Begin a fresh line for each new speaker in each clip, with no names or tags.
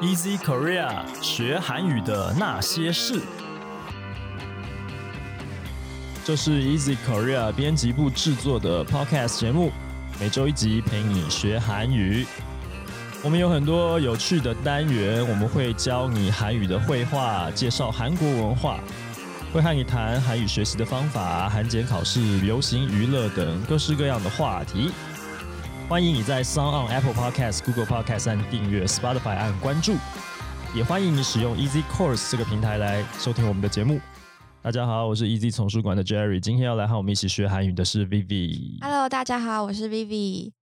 Easy Korea 学韩语的那些事。这是 Easy Korea 编辑部制作的 Podcast 节目，每周一集陪你学韩语。我们有很多有趣的单元，我们会教你韩语的绘画，介绍韩国文化，会和你谈韩语学习的方法、韩检考试、流行娱乐等各式各样的话题。欢迎你在 Sound on Apple Podcast、Google Podcast 按订阅、Spotify 按关注，也欢迎你使用 Easy Course 这个平台来收听我们的节目。大家好，我是 Easy 丛书馆的 Jerry，今天要来和我们一起学韩语的是 Vivi。
Hello，大家好，我是 Vivi。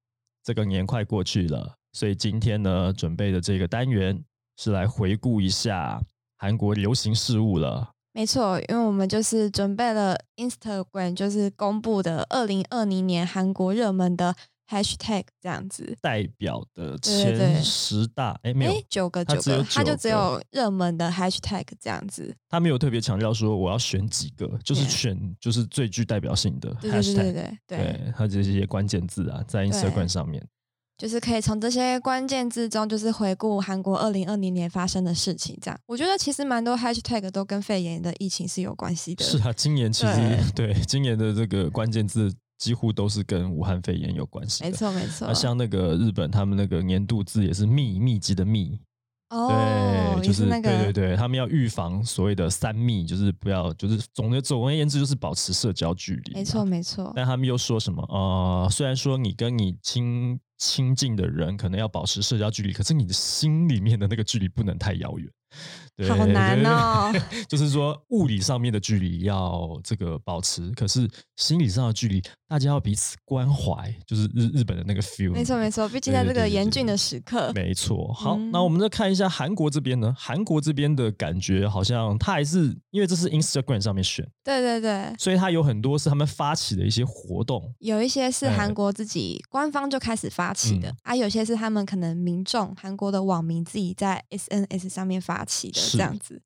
这个年快过去了，所以今天呢，准备的这个单元是来回顾一下韩国流行事物了。
没错，因为我们就是准备了 Instagram 就是公布的二零二零年韩国热门的 Hashtag 这样子，
代表的
对对
前
对
十大，哎，没有，
诶九个
它
九
只有
个，它
九
就只
个
有热门的 Hashtag 这样子。
他没有特别强调说我要选几个，就是
对
选就是最具代表性的
对对对对
hashtag，
对对，
对，它这些关键字啊，在 Instagram 上面。
就是可以从这些关键字中，就是回顾韩国二零二零年发生的事情。这样，我觉得其实蛮多 Hashtag 都跟肺炎的疫情是有关系的。
是啊，今年其实 对今年的这个关键字几乎都是跟武汉肺炎有关系的。
没错没错。
啊，像那个日本，他们那个年度字也是密密集的密，
哦，
对，
也
就是
那个
对对对，他们要预防所谓的三密，就是不要，就是总的总而言之就是保持社交距离。
没错。没错。
但他们又说什么？呃，虽然说你跟你亲亲近的人可能要保持社交距离，可是你的心里面的那个距离不能太遥远。对
好难哦！
对对 就是说物理上面的距离要这个保持，可是心理上的距离，大家要彼此关怀，就是日日本的那个 feel。
没错没错，毕竟
对
在
嗯对
这
对
个
对
严
对
峻的时刻，
没错，好，
嗯
那我们再看一下韩国这边呢。韩国这边的感觉好像它还是因为这是 Instagram 上面选，
对对对，
所以它有很多是他们发起的一些活动。
有一些是
哎
韩国自己官方就开始发起的，
嗯
啊，有些是他们可能民众韩国的网民自己在 SNS 上面发起的
是
这样子。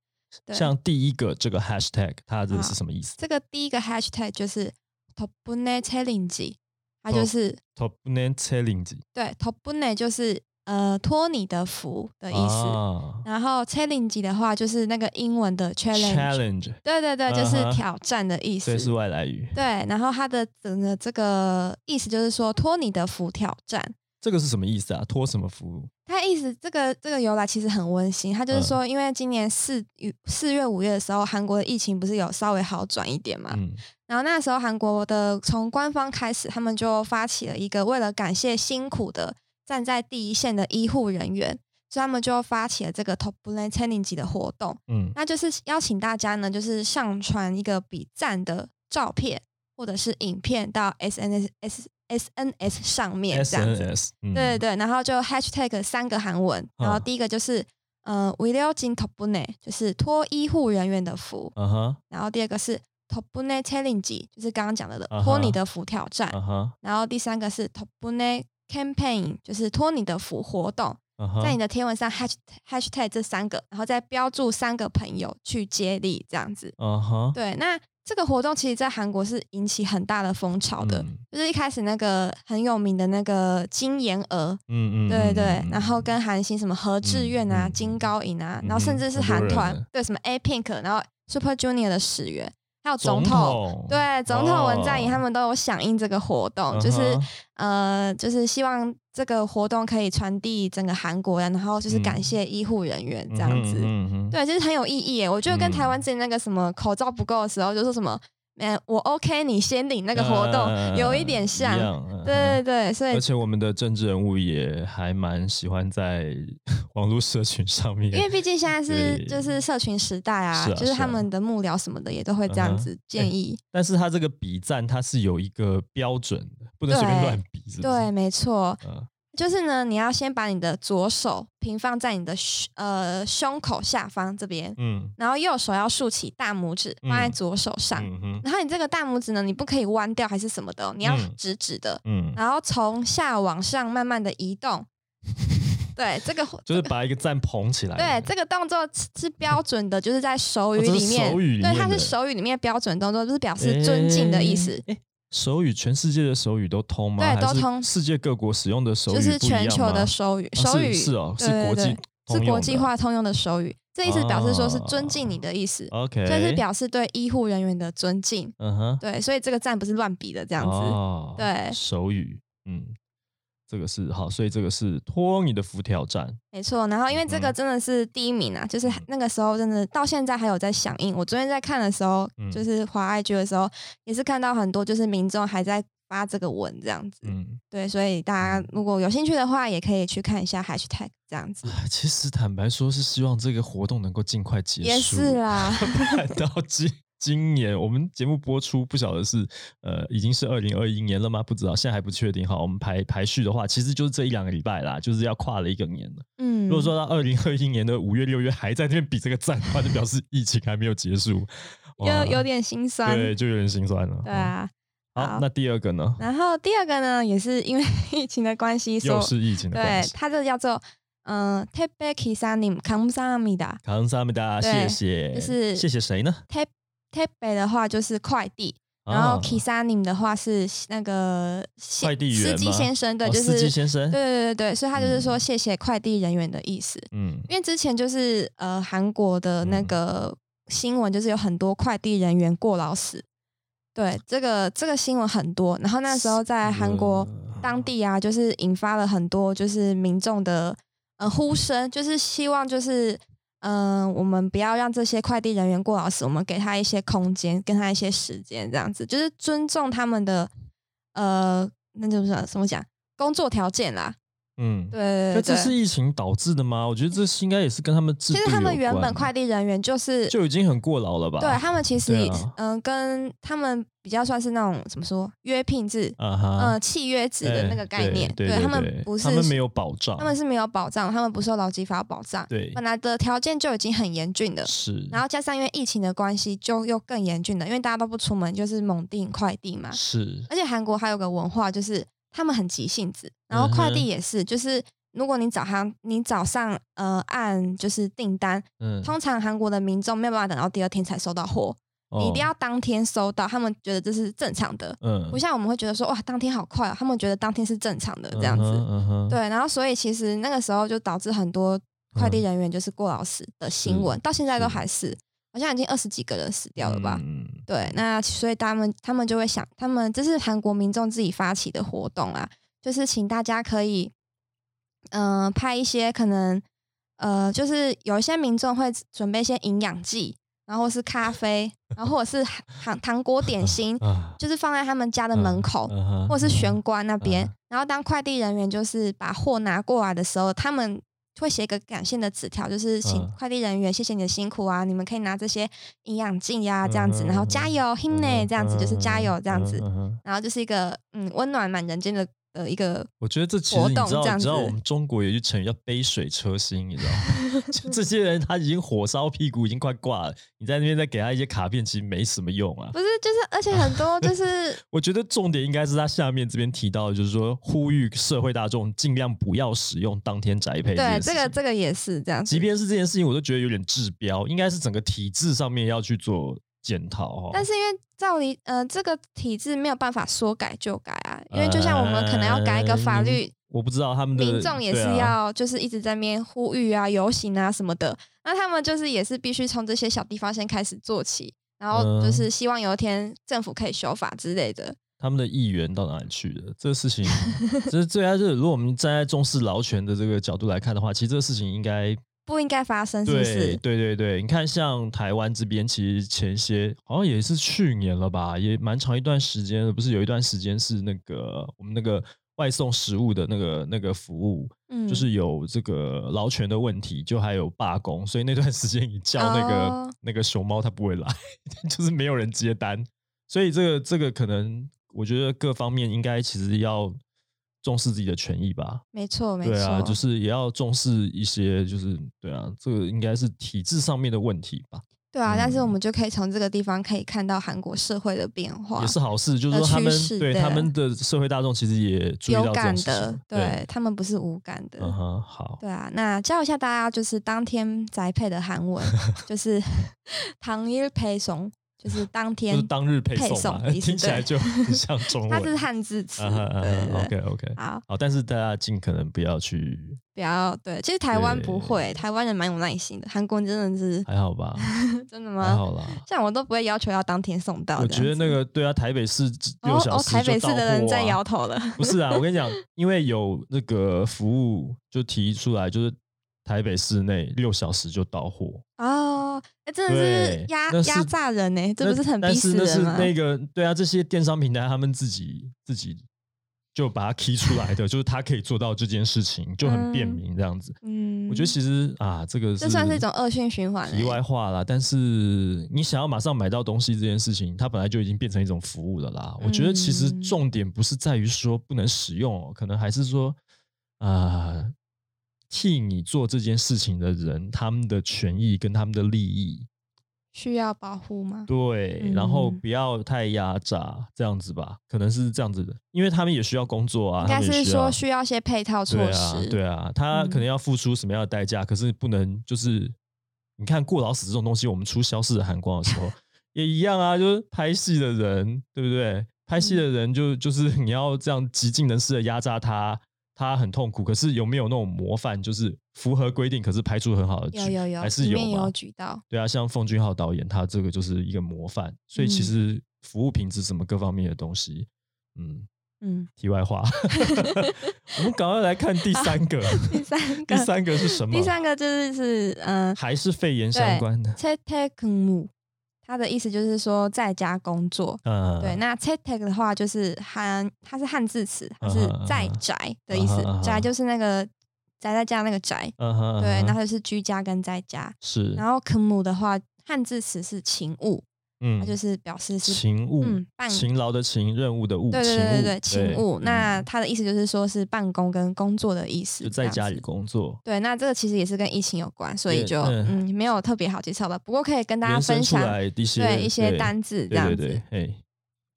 对，啊
像第一个这个 hashtag，它这是
好
什么意思
这个第一个 hashtag 就是 t o p u n e challenge，它
哦
就是、
？Top name challenge
对 t o p u n e 就是呃托你的福的
的
意思，
啊
然后 challenge 的话就是那个英文的 challenge，,
challenge，
对对对，就
嗯哼
是挑战的意思。
所以是外来语。
对，然后它的整个这个意思就是说托你的福挑战。
这个是什么意思啊？托什么福？
它意思这个这个由来其实很温馨，它就是说，因为今年四四月五月的时候，韩国的疫情不是有稍微好转一点嘛，
嗯，
然后那时候韩国的从官方开始，他们就发起了一个为了感谢辛苦的站在第一线的医护人员，所以他们就发起了这个 Top Lane Challenge 的活动。
嗯，
那就是邀请大家呢，就是上传一个比赞的照片或者是影片到 SNS S SNS 上面这样子。
SNS，嗯
对对对，然后就 hashtag 三个韩文，然后
嗯
第一个就是呃 w i l l j i n t o p u n e 就是托医护人员的福，
嗯哼，
然后第二个是 t o p u n e challenge，就是刚刚讲的的
啊哈
托你的福挑战，
嗯哼，
然后第三个是 t o p u n e campaign，就是托你的福活动，
嗯哼，
在你的贴文上 hash hashtag 这三个，然后再标注三个朋友去接力，这样子。
嗯哼，
对，那这个活动其实，在韩国是引起很大的风潮的，
嗯
就是一开始那个很有名的那个金妍儿，
嗯嗯，
对
嗯
对
嗯，
然后跟韩星什么何志远啊、
嗯嗯
金高银啊，然
嗯
后甚
哼
至是
很多
韩
人
团
呢，
对什么 A Pink，然后 Super Junior 的始源，还有
总
总统。对，总统文在寅
哦
他们都有响应这个活动，就是
嗯哼
呃，就是希望这个活动可以传递整个韩国人，然后就是感
嗯
谢医护人员这样子。
嗯哼，
对，就是很有意义耶。我觉得跟台湾
嗯
之前那个什么口罩不够的时候，就说什么，嗯，我 OK，你先领那个活动，
嗯
有一点像。对
对。
对对，所以
嗯而且我们的政治人物也还蛮喜欢在 网络社群上面，
因为毕竟现在是
对
就是社群时代啊，
是啊
就是
是啊
他们的幕僚什么的也都会这
嗯
样
哼
子建议。
但是他这个比赞它是有一个标准的，不能随便
对
乱比，是不是？
对，没错，
嗯，
就是呢，你要先把你的左手平放在你的胸呃胸口下方这边，
嗯
然后右手要竖起大拇指放在
嗯
左手上，
嗯哼，
然后你这个大拇指呢，你不可以弯掉还是什么的哦，你要
嗯
直直的。
嗯，
然后从下往上慢慢的 移动。对，这个
就是把一个赞捧起来。
对这个动作是是标准的，就是在手语里面，
哦这是手语里面
对，它
的
是手语里面标准动作，就是表示尊敬的意思。
诶。诶手语全世界的手语都通吗？
对
还是
都通
世界各国使用的手语
就是
不一样吗
全球的手语，
啊
手
是
语
是哦，是
对
国
对
际
对是
通用
国
的
际化通用的手语。这意思表示说是
哦
尊敬你的意思，
，OK，
所以是表示对医护人员的尊敬。
嗯哼，
对，所以这个赞不是乱比的这
这
样子。
哦、
对
手语，嗯，这个是好，所以这个是托你的福挑战，
没错，然后因为这个
嗯
真的是第一名啊，就是
嗯
那个时候真的到现在还有在响应。我昨天在看的时候，
嗯
就是滑 IG 的时候，也是看到很多就是民众还在发这个文这样子。
嗯，
对，所以大家如果有兴趣的话，也可以去看一下 hashtag 这样子。
唉其实坦白说，是希望这个活动能够尽快结束，
也是啦
不然 到今今年我们节目播出，不晓得是呃已经是二零二一年了吗？不知道，现在还不确定。好，我们排排序的话，其实就是这一两个礼拜啦，就是要跨了一个年了。
嗯，
如果说到二零二一年的五月、六月还在那边比这个赞的话，就表示疫情还没有结束，哇
有有点心酸，
对，就有点心酸了。
对啊。
嗯，好，
好
那第二个呢？
然后第二个呢，也是因为 疫情的关系，所
又是疫情的
对
关系。
它这个叫做嗯 t e b e k i s a n i m k a m s a m i d a
卡恩萨米达，谢
对
谢，
就是
谢谢谁呢？
t e t e b e 的话就是快递，然后
啊
Kisanim 的话是那个先
快递员
司机
吗
先生，对，
哦
就
司
是
机先生
对对对对，所以他就是说
嗯
谢谢快递人员的意思。
嗯
因为之前就是呃韩国的那个新闻，就是有很多快递人员过劳死，对这个这个新闻很多。然后那时候在韩国
呃
当地啊，就是引发了很多就是民众的呃呼声，就是希望就是嗯、呃我们不要让这些快递人员过劳死，我们给他一些空间，跟他一些时间，这样子就是尊重他们的呃那就是什么怎么讲工作条件啦，
嗯，
对对
那
对
这
对。
是疫情导致的吗？我觉得这是应该也是跟他们制
其
度
实他们
有
原
关
本快递人员就是
就已经很过劳了吧？
对他们其实
对
嗯、
啊
跟他们比较算是那种怎么说约聘制，
啊哈，
呃，契约制的那
哎
个概念，
对对
他们
对
不是，
他们没有保障，
他们是没有保障，他们不受劳基法保障，
对
本来的条件就已经很严峻了。
是，
然后加上因为疫情的关系，就又更严峻了，因为大家都不出门，就是猛订快递嘛。
是
而且韩国还有个文化，就是他们很急性子，然后
嗯哼
快递也是，就是如果你早上你早上呃按就是订单，
嗯，
通常韩国的民众没有办法等到第二天才收到货，你一定
哦
要当天收到，他们觉得这是正常的，
嗯
不像我们会觉得说哇当天好快哦，他们觉得当天是正常的这样子。
嗯哼嗯哼
对，然后所以其实那个时候就导致很多快递人员就是过劳死的新闻，
嗯是
到现在
是
都还是，好像已经二十几个人死掉了吧？
嗯，
对，那所以他们他们就会想，他们这是韩国民众自己发起的活动啊，就是请大家可以，嗯、拍一些可能，呃，就是有一些民众会准备一些营养剂，然后是咖啡，然后或者是糖糖糖果点心
啊
就是放在他们家的门口，
嗯哼
或者是
嗯
玄关那边
嗯。
然后当快递人员就是把货拿过来的时候，他们会写一个感谢的纸条，就是请
嗯
快递人员谢谢你的辛苦啊，你们可以拿这些营养剂呀、
嗯
这样子，然后加油
嗯
，himne
哼
这样子，就是
嗯
加油这样子
嗯，哼嗯哼
然后就是一个嗯温暖满人间的呃一个
我觉得这其
活
实你
动
知道，
这样
你知道
子
我们中国有一句成语叫“杯水车薪”，你知道吗？ 就这些人他已经火烧屁股，已经快挂了，你在那边再给他一些卡片，其实没什么用啊
不。是就是而且很多就是
我觉得重点应该是他下面这边提到的，就是说呼吁社会大众尽量不要使用当天宅配。
对这个
个，
这个也是这样子
即。便是这件事情，我都觉得有点治标，应该是整个体制上面要去做检讨哦。
但是因为照理，呃，这个体制没有办法说改就改啊，因为就像我们可能要改一个法
呃
律，
我不知道他们的
民众也
对
是
啊
要就是一直在那边呼吁啊、游行啊什么的，那他们就是也是必须从这些小地方先开始做起，然后就
嗯
是希望有一天政府可以修法之类的。
他们的议员到哪里去了？这个事情，这是最开始，如果我们站在重视劳权的这个角度来看的话，其实这个事情应该
不应该发 生，是不
对
是？
对对对。你看，像台湾这边，其实前些好像也是去年了吧，也蛮长一段时间了。不是有一段时间是那个我们那个外送食物的那个那个服务，
嗯，
就是有这个劳权的问题，就还有罢工，所以那段时间你叫那个、
哦
那个熊猫，它不会来， 就是没有人接单，所以这个这个可能我觉得各方面应该其实要重视自己的权益吧，
没错，没错，
对啊，就是也要重视一些，就是对啊，这个应该是体制上面的问题吧，
对啊。但是我
嗯
们就可以从这个地方可以看到韩国社会的变化
也，是好事，就是
呃
说他
趋
们
势
对
对
他们的社会大众其实也注意到
有
这
感
种事
的
情，，
对，他们不是无感的。
嗯哼，好，
对啊，那教一 下 大家，就是当天宅配的韩文，就是 당일배송，就是当
就是
天，
当日配
配
送嘛，
送的意思
听起来
对
就很像中
它是
文。
汉字词，
啊哈啊
对对对。
，OK OK，
好，
好，但是大家尽可能不要去，
不要对，其实台湾不
对
会，台湾人蛮有耐心的，韩国人真 的是
还好吧，
嗯真的
还
吗？
好啦。
像我都不会要求要当天送到
我
这样子。
觉得那个对啊，台北市六
嗯哦
小
哦，
时
台
就
北市
到
的人
货
在
啊
摇头了。
不是啊，我跟你讲，因为有那个服务就提出来，就是台北市内六小时就到货，
哦，哎，真的是
对
压
那
压
是
榨人呢、欸这
那
不是很逼
但是
死
那
人
是
吗？
那个对啊，这些电商平台他们自己自己就把它 key 出来的，就是他可以做到这件事情，就很便
嗯
民这样子。
嗯，
我觉得其实啊，这个
这算是一种恶性循环
题
欸
外话啦，但是你想要马上买到东西这件事情，它本来就已经变成一种服务了啦。我觉得其实
嗯
重点不是在于说不能使用哦，可能还是说啊、呃替你做这件事情的人，他们的权益跟他们的利益，
需要保护吗？
对，然后
嗯
不要太压榨，这样子吧，可能是这样子的，因为他们也需要工作啊，
应
他
该
们也
是
需要
说需要一些配套措
对啊
施。，
对啊，他可能
嗯
要付出什么样的代价，可是不能就是你看过劳死这种东西，我们出消逝的寒光的 时候也一样啊，就是拍戏的人，对不对？拍戏
嗯
的人就就是 你要这样极尽人事的压榨他，他很痛苦。可是有没有那种模范，就是符合规定，可是拍出很好的剧，
有有有，
还是
里
有
面
嘛
有？举到，
对啊，像奉俊昊导演，他这个就是一个模范，所以其
嗯
实服务品质什么各方面的东西，嗯，
嗯，
题外话， 我们赶快来看第三个。
第三
第
个，
三个是什么？
第三个就是是嗯
还是肺炎相关的。
t e t e k m 它的意思就是说在家工作。
嗯，
对，那 t e t e k 的话就是汉，它是汉字词，它是
嗯哼嗯哼
在宅的意思
嗯哼嗯哼
宅就是那个宅在家那个宅，
嗯哼，
对，
嗯哼
然后就是居家跟在家。
是，
然后 k m 的话，汉字词是勤务，它
嗯，
就是表示是
勤务
嗯，办
勤劳的勤，任务的务，
对对对对对
勤
勤务。
嗯
那它的意思就是说是办公跟工作的意思，
就在
这样
家
子
里工作。
对，那这个其实也是跟疫情有关，所以
也
就
嗯
嗯没有特别好介绍吧。不过可以跟大家
延伸
分
出
享
来一些
对一些单字这样
对
子。
对对，哎，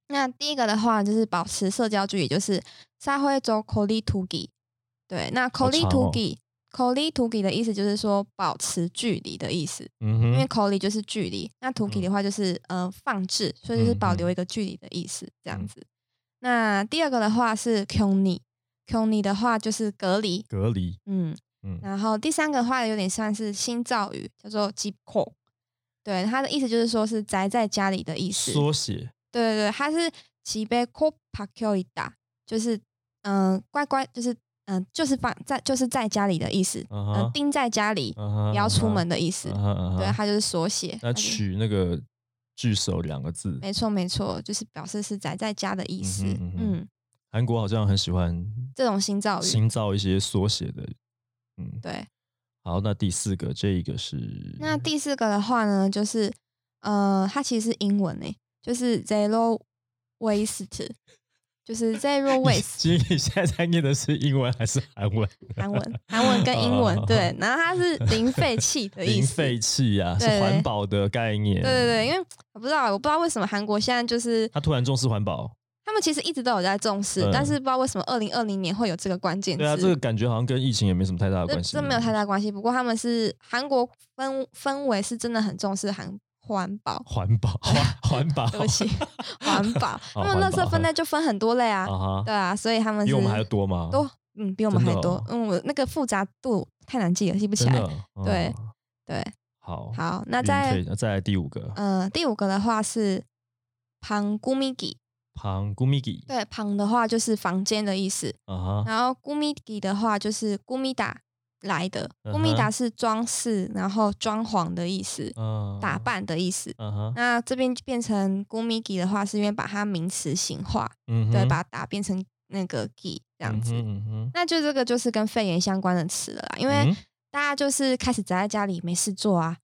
那第一个的话就是保持社交距离，就是沙会走 k o l i t u g i 对，那 k
好
o l i
长
t u
哦
g i k o l i t u g i 的意思就是说保持距离的意思，
嗯
因为
哼，
k o l i 就是距离，那 t u g i 的话就是呃放置，所以就是
嗯
保留一个距离的意思这样子。那第二个的话是 k o n i k o n i 的话就是隔离，
隔离，
嗯，
嗯
然后第三个话有点像是新造语，叫做 j i p k o 对，它的意思就是说是宅在家里的意思。
缩写，
对对对，它是 j i p k o p a k y o i d a 就是嗯、呃乖乖，就是嗯、呃就是放在就是在家里的意思，
嗯
呃
哼，
盯在家里，
嗯哼
不要出门，的意思。
嗯哼嗯哼，
对，
嗯哼
它就是缩写。
那
它就是
取那个句首两个字，
没错没错，就是表示是宅在家的意
嗯
思。
哼
嗯
嗯哼韩国好像很喜欢
这种新造语。
新造一些缩写的，嗯，
对，
好，那第四个，这一个是
那第四个的话呢，就是呃，它其实是英文诶、就是 zero waste，就是 zero
你
waste
其实你现在在念的是英文还是韩 文？
韩文，韩文跟英文
哦
对，然后它是零废弃的意
零
思。
废弃啊，是
对对
环保的概念。
对对对，因为我不知道，我不知道为什么韩国现在就是
他突然重视环保，
他们其实一直都有在重视，
嗯
但是不知道为什么二零二零年会有这个关键词。
对啊，这个感觉好像跟疫情也没什么太大的
这
关系。嗯
这没有太大关系，不过他们是韩国氛氛围是真的很重视韩环保，
环 保，环环保，
对不起， 环保。他们
哦环
垃
保
圾分类就分很多类啊，
啊哈，
对啊，所以他们
比
是
我们还要多吗？
多，嗯，比我们
真
还
的
多，
哦
嗯，我那个复杂度太难记了，记不起
真
来。
的，嗯
对，对，
好，
好，那
零
在
废，那再来第五个，
呃第五个的话是旁 g u m i g i
旁古米吉，
对，旁的话就是房间的意思，
啊哈，
然后 g u m i g i 的话就是 g u m i d a 来的 g
嗯
u
哼
m i d a 是装饰，然后装潢的意思，
嗯，
打，扮的意思。
嗯哈，
那这边变成 g u m i g i 的话，是因为把它名词形化，
嗯哼，
对，把它打变成那个 gi 这样子。
嗯哼嗯哼，
那就这个就是跟肺炎相关的词了啦，因为
嗯
大家就是开始宅在家里没事做啊，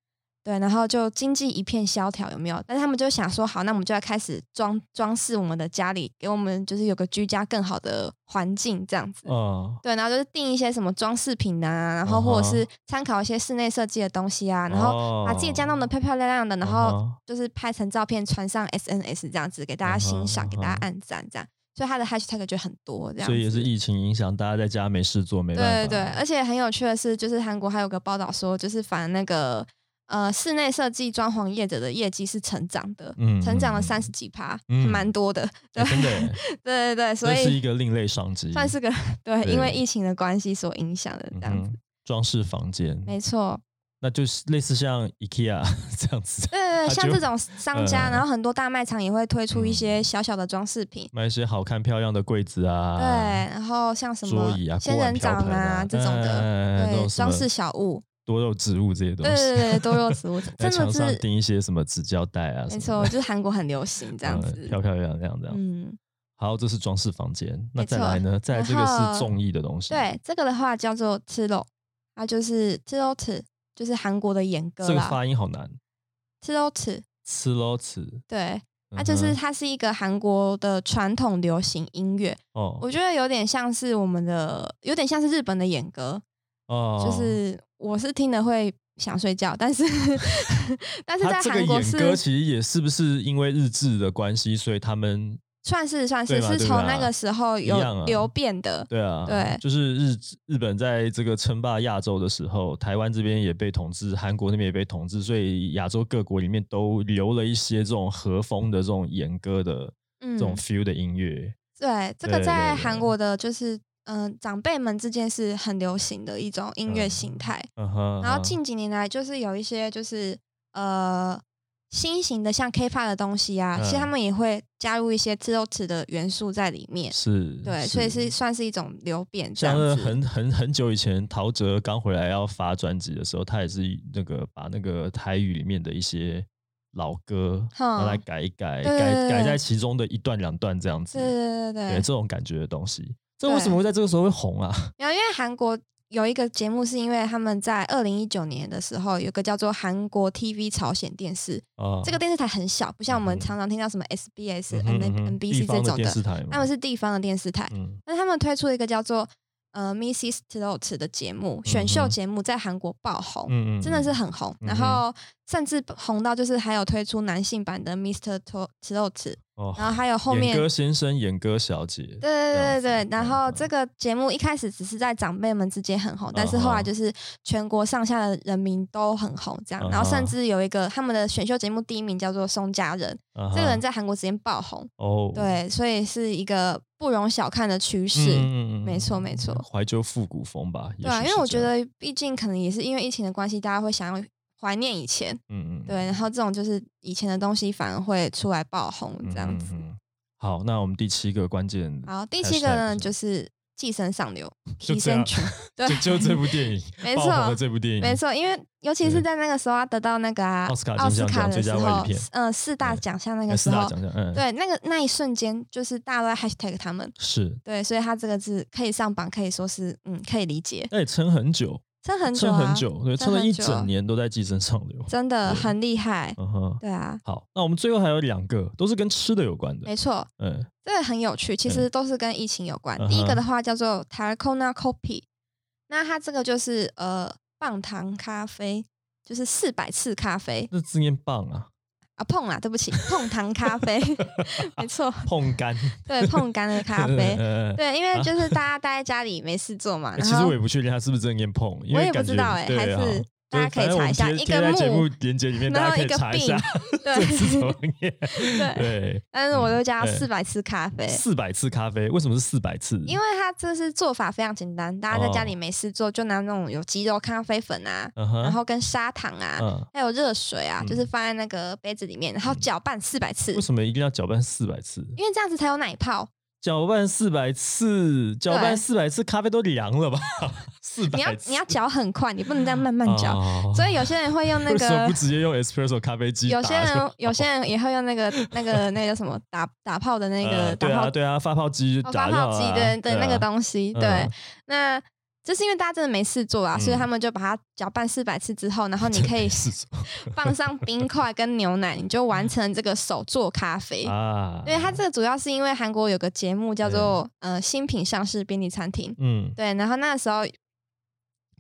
对，然后就经济一片萧条，有没有？但是他们就想说，好，那我们就要开始装装饰我们的家里，给我们就是有个居家更好的环境这样子。
嗯
对，然后就是定一些什么装饰品啊，然后或者是参考一些室内设计的东西啊，然后
后
把自己家弄得漂漂亮亮的，然
哦嗯
后
哼
就是拍成照片，传上 SNS 这样子给大家欣赏，
嗯哼
给大
嗯
家
哼
按赞这样。所以它的 hashtag 就很多这样子，
所以也是疫情影响，大家在家没事做，没办法。
对对对，而且很有趣的是，就是韩国还有个报道说，就是反而那个呃室内设计装潢业者的业绩是成长的，
嗯
成长了
嗯
三十几趴，
嗯
还蛮多的。 对
欸真的耶，
对对对，所
这是一
以
个另类商机，
算是个 对，
对
因为疫情的关系所影响的
嗯
这样子。
哼装饰房间，
没错，
那就是类似像 IKEA 这样子，
对对
啊
对，像
就
这种商家，
呃
然后很多大卖场也会推出一
嗯
些小小的装饰品，
买一些好看漂亮的柜子啊，
对，然后像什么
桌椅啊、
仙
锅碗
人
瓢
掌
盆啊
这种的，
的
对，装饰小物，
多肉植物这些东
对
西，
对对，对多 肉植物，
在
真
墙
的
上
是
钉一些什么纸胶带啊，
没
什么
错，
的，
就是韩国很流行这样
嗯
子，
漂漂亮亮这样。
嗯，
好，这是装饰房间，那
没
再
错
来呢？再来这个
然
是
后
综艺的东西，，
对，这个的话叫做吃肉，它就是吃肉吃，就是韩国的演歌
这个
啦，
发音好难，
吃肉吃，
吃咯吃，
对，它、
嗯
啊就是
哼
它是一个韩国的传统流行音乐，
哦
我觉得有点像是我们的，有点像是日本的演歌，
哦，
就是我是听了会想睡觉，但是但是
他
在
这个
韩国
演歌
是
其实也是不是因为日志的关系，所以他们
算是算
对
是
嘛
是
对
从
吧
那个时候
一样啊
有流变的，
对啊，
对
就是日日本在这个称霸亚洲的时候，台湾这边也被统治，韩国那边也被统治，所以亚洲各国里面都留了一些这种和风的这种演歌的这
嗯，
种 feel 的音乐。
对，这
对
个
对
在
对
韩国的就是嗯、呃长辈们之间是很流行的一种音乐
嗯
形态，
嗯哼，
然后
嗯哼
近几年来就是有一些就是呃。新型的像 K-pop 的东西啊，其实他
嗯
们也会加入一些自由词的元素在里面。
是，
对，所以是算是一种流变这样
像那
子。
很很很久以前，陶喆刚回来要发专辑的时候，他也是那个把那个台语里面的一些老歌
哼
拿来改一改，
对对
改
对
改
对
在其中的一段两段这样子。
对对对
对
对
这种感觉的东西。这
对
为什么会在这个时候会红啊？
然后因为韩国有一个节目，是因为他们在二零一九年的时候有个叫做韩国 TV 朝鲜电视，
啊，
这个电视台很小，不像我
嗯
们
哼
常常听到什么 SBS、
嗯哼
N
嗯哼
N B
地
C
方
这
的
种
电视
的，
台嘛，
他们是地方的电视台。
嗯
那他们推出一个叫做呃 Mrs. t l o t 的节目，选
嗯
秀
哼
节目在韩国爆红。
嗯嗯，
真的是
嗯
很红，
嗯
然后甚至红到就是还有推出男性版的 Mr. t l o t
哦
然后还有后面
演歌先生、演歌小姐，
对对对对，
这样
然
子
后
嗯
这个节目一开始只是在长辈们之间很红，但是后
嗯
来
哼
就是全国上下的人民都很红，这样
嗯，哼
然后甚至有一个他们的选秀节目第一名叫做宋佳人，
啊
这个人
哈
在韩国之间爆红，
哦，
对，所以是一个不容小看的趋
嗯，嗯
势，
嗯嗯
没错没错
怀旧复古风吧，也
对啊，
许
因为
是
我
这
觉
样，
得毕竟可能也是因为疫情的关系，大家会想要怀念以前，
嗯嗯，
对，然后这种就是以前的东西反而会出来爆红
嗯，
这样
嗯
子。
嗯好，那我们第七个关键，
好，第七个
Hashtag
呢
是
就是寄生上流，
就
寄
这样
生群，对
就，就这部电影，
没
爆红
错
的这部电影，
没，错，因为尤其
对
是在那个时候他得到那个啊
奥斯卡
奥
金
斯
像
卡
奖最
的时
佳外语
候
片，
嗯，四大奖项那个时
四大
候，
奖项，嗯，，
对，那个那一瞬间就是大家都在 hashtag 他们，
是，
对，所以他这个字可以上榜，可以说是嗯，可以理解，
那也哎撑很久，
撑很久
撑
啊
很，久，对，
撑
撑了
很
一
久
整
啊
年都在寄生上流，
真的
对
很厉害，
嗯哼，
对啊，
好，那我们最后还有两个都是跟吃的有关的
没，错，
嗯，
这个很有趣，其实都是跟疫情有关。第一
嗯哼
个的话叫做 Tarcona Coffee，那它这个就是呃棒糖咖啡，就是四百次咖啡
那字念棒啊，
啊碰啦，对不起，碰糖咖 啡，没错。
碰干
对，碰干的 咖啡。
嗯嗯嗯
对，因为就是大家待在家里没事做嘛，
欸
然
其实
后
我也不确定它是不是真的念碰，因
我
为
也不
感
知
觉
道欸
对
还是
好
大家
对
可以
反正我
查一
们
下
贴
一
贴
个
在节
木
目连接里面，
然
大家
后
可
一
以
个
查一
饼
下 这是什 么
对
念。
对，
对，
但是我就叫它
嗯
四百次咖啡，
四百次咖啡为什么是四百次？
因为它这是做法非常简单，大家在家
哦
里没事做就拿那种有鸡肉咖啡粉啊，
嗯哼，
然后跟砂糖啊，
嗯，
还有热水啊，
嗯
就是放在那个杯子里面，然后
嗯
搅拌四百次
为，什么一定要搅拌四百次？
因为这样子才有奶泡。
搅拌四百次，搅拌
对
四百次，咖啡都凉了吧？四
你要
百次，
你要搅很快，你不能这样慢慢搅。
哦
所以有些人会用 那
为什么
个
不，直接用 espresso 咖啡机打
有
就
些
好了？
人有些人也会用那个那个那个叫什么打打泡的那个
呃
打
对
泡
啊对啊，发泡机
哦，
打
发
就好
泡机
了
对对那个
啊
东西，
嗯
对，那这是因为大家真的没事做啊，所以
嗯
他们就把它搅拌四百次之后，然后你可以
是什么
放上冰块跟牛奶，你就完成这个手做咖啡。
嗯啊，
对，它这个主要是因为韩国有个节目叫做呃新品上市便利餐厅，
嗯
对，然后那个时候。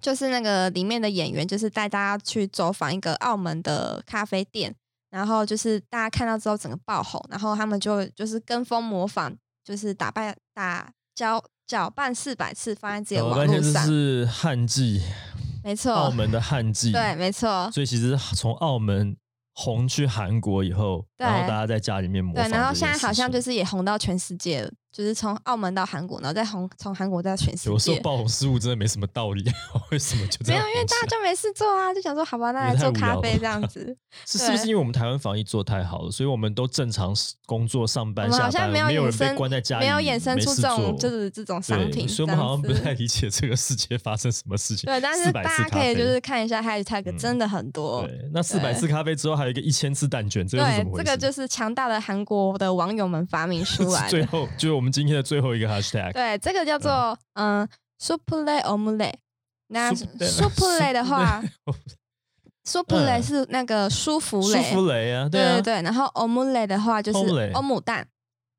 就是那个里面的演员，就是带大家去走访一个澳门的咖啡店，然后就是大家看到之后整个爆红，然后他们就就是跟风模仿，就是打败打搅搅拌四百次，放在自己的
搅
网
半
络
天就
上。
是汉记
没错，
澳门的旱季，
对，没错，
所以其实从澳门红去韩国以后，
对
然后大家在家里面模
对
仿。。
然后现在好像就。是也红到全世界了，就是从澳门到韩国，然后再红从韩国到全世
有时候
界。
爆红失误真的没什么道理，啊 为什么就这
没
样
有，
红起来？
因为大家就没事做啊，就想说好吧，那
也
来
太
做
无
咖
聊
啡
了
这样子。
是是不是
对
因为我们台湾防疫做太好了，所以我们都正常工作、上
我
班、
们
下
好像
班，
没有
有
衍
人被
生
关在家，里，
没有衍生出
没事
这种
做
就是这种商
对
品
所以
这
我们好像
样
不太
子。
理解这个世界发生什么事情。
对，但是
400
大
次
家
咖
可
啡
以就是看一下 hashtag，
嗯
真的很多。
对，那四百
对
次咖啡之后还有一个一千次蛋卷，这又是
对
怎么，回
这
事？
个就是强大的韩国的网友们发明出来
是 最
的。
后就是我们今天的最后一个 hashtag。
对，这个叫做嗯 s u p e r l e o m u l e 那 s
Souple-
u p e r l e 的话 s u p e r l e
嗯
是那个舒芙
舒
蕾，
芙蕾啊，
对
啊，
对对。然后 o m u l e 的话就是
Omelette
欧姆蛋，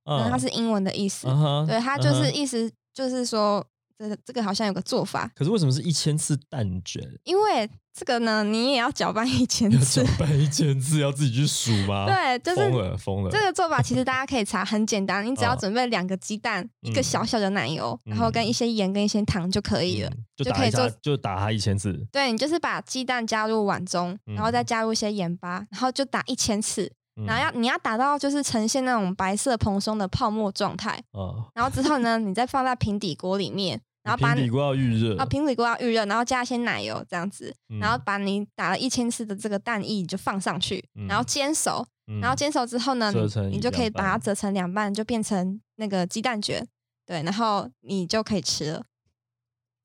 然
嗯，
后它是英文的意思。
嗯哼，
对，它就是
嗯哼。
意思就是说，这这个好像有个做法，
可是为什么是一千次蛋 卷？
因为这个呢，你也要搅拌一千
要
次
搅。拌一千次，要自己去数吗？
对，就是
疯了疯了。
这个做法其实大家可以查，很简单，你只要
哦
准备两个鸡蛋、一个
嗯
小小的奶油，然后跟
嗯
一些盐跟一些糖就可以了。
嗯就
就
打
可以
一下，
做
就打它一千次。
对你就是把鸡蛋加入碗中，然后再
嗯
加入一些盐巴，然后就打一千次，
嗯
然后要你要打到就是呈现那种白色蓬松的泡沫状态，
啊，
然后之后呢，你再放在平底锅里面，然后把
平底锅要预热
啊，平底锅要预热，然后加一些奶油这样子，然后
嗯
把你打了一千次的这个蛋液就放上去，然后
嗯
煎熟，
嗯
然后煎熟之后呢，
折成
你你就可以
两
把
半
它折成两半，就变成那个鸡蛋卷，对，然后你就可以吃了。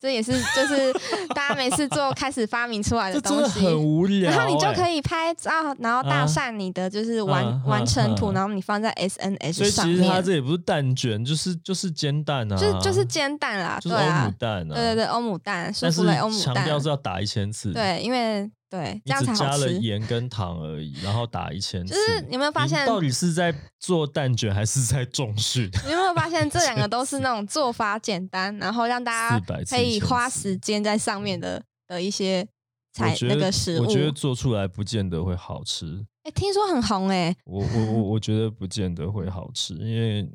这也是就是 大家每次做开始发明出来
这
的
真
东
的
西，
很无聊欸。
然后你就可
以，
以拍照，然后大
啊
晒你的就是完、
啊啊
完成图，
啊
然后你放在 SNS
所以
上
其实它
面，
这也不是蛋卷，就是就是煎蛋啊，
就是就是煎蛋啦，
就是
对
欧
啊
姆，蛋啊，
对对对，欧姆蛋，舒
但
芙
是
蕾欧姆
强
蛋，
调是要打一千次，，
对，因为对这
你
样
只
才
加
好
了
吃。
盐跟糖而已，然后打一千次，
就是你有没有发
你
现？
到底是在做蛋卷还是在重训？
你有没有发现这两个都是那种做法简单，然后让大家
400次
可以花
1000次
时间在上面的的一些
我
菜
觉
那
得
个食物
我？觉得做出来不见得会好吃，
哎，听说很红哎，
我我我我觉得不见得会好吃，因为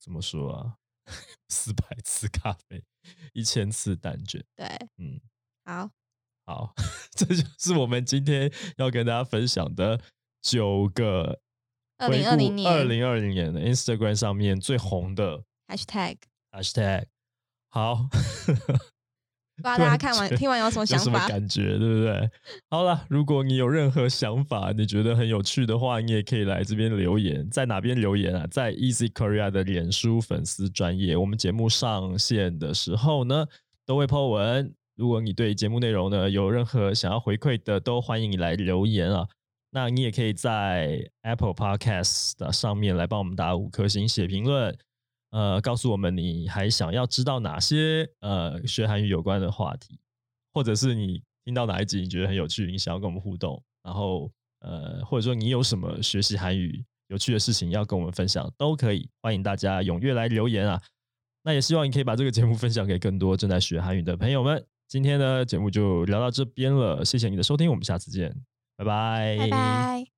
怎么说啊，四百次咖啡，一千次蛋卷，
对，
嗯，
好，
好， 这就是我们今天要跟大家分享的九个
二零二零
二
年
零二零年的 Instagram 上面最红的
hashtag，
hashtag。好，
不知道
突
大家
然
看完
觉得
听完有什么
有
想
什么
法？
感觉，对不对？好了，如果你有任何想法，你觉得很有趣的话，你也可以来这边留言，在哪边留言啊？在 Easy Korea 的脸书粉丝专业，我们节目上线的时候呢，都会 po 文。如果你对节目内容呢有任何想要回馈的，都欢迎你来留言啊。那你也可以在 Apple Podcast 的上面来帮我们打五颗星写评论，呃，告诉我们你还想要知道哪些呃学韩语有关的话题，或者是你听到哪一集你觉得很有趣，你想要跟我们互动，然后呃，或者说你有什么学习韩语有趣的事情要跟我们分享，都可以，欢迎大家踊跃来留言啊。那也希望你可以把这个节目分享给更多正在学韩语的朋友们。今天呢，节目就聊到这边了，谢谢你的收听，我们下次见，拜拜，
拜拜。